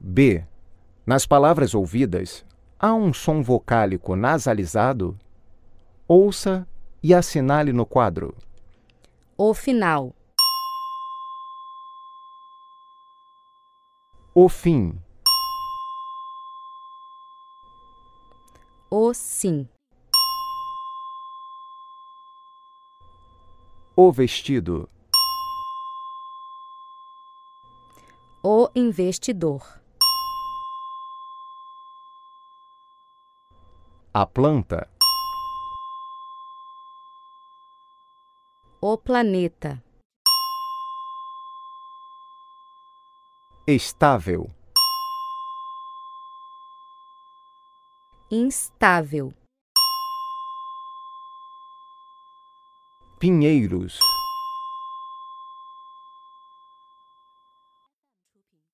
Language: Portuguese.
B. Nas palavras ouvidas, há um som vocálico nasalizado? Ouça e assinale no quadro. O final. O fim. O sim. O vestido. O investidor. A planta. O planeta. Estável. Instável. Pinheiros.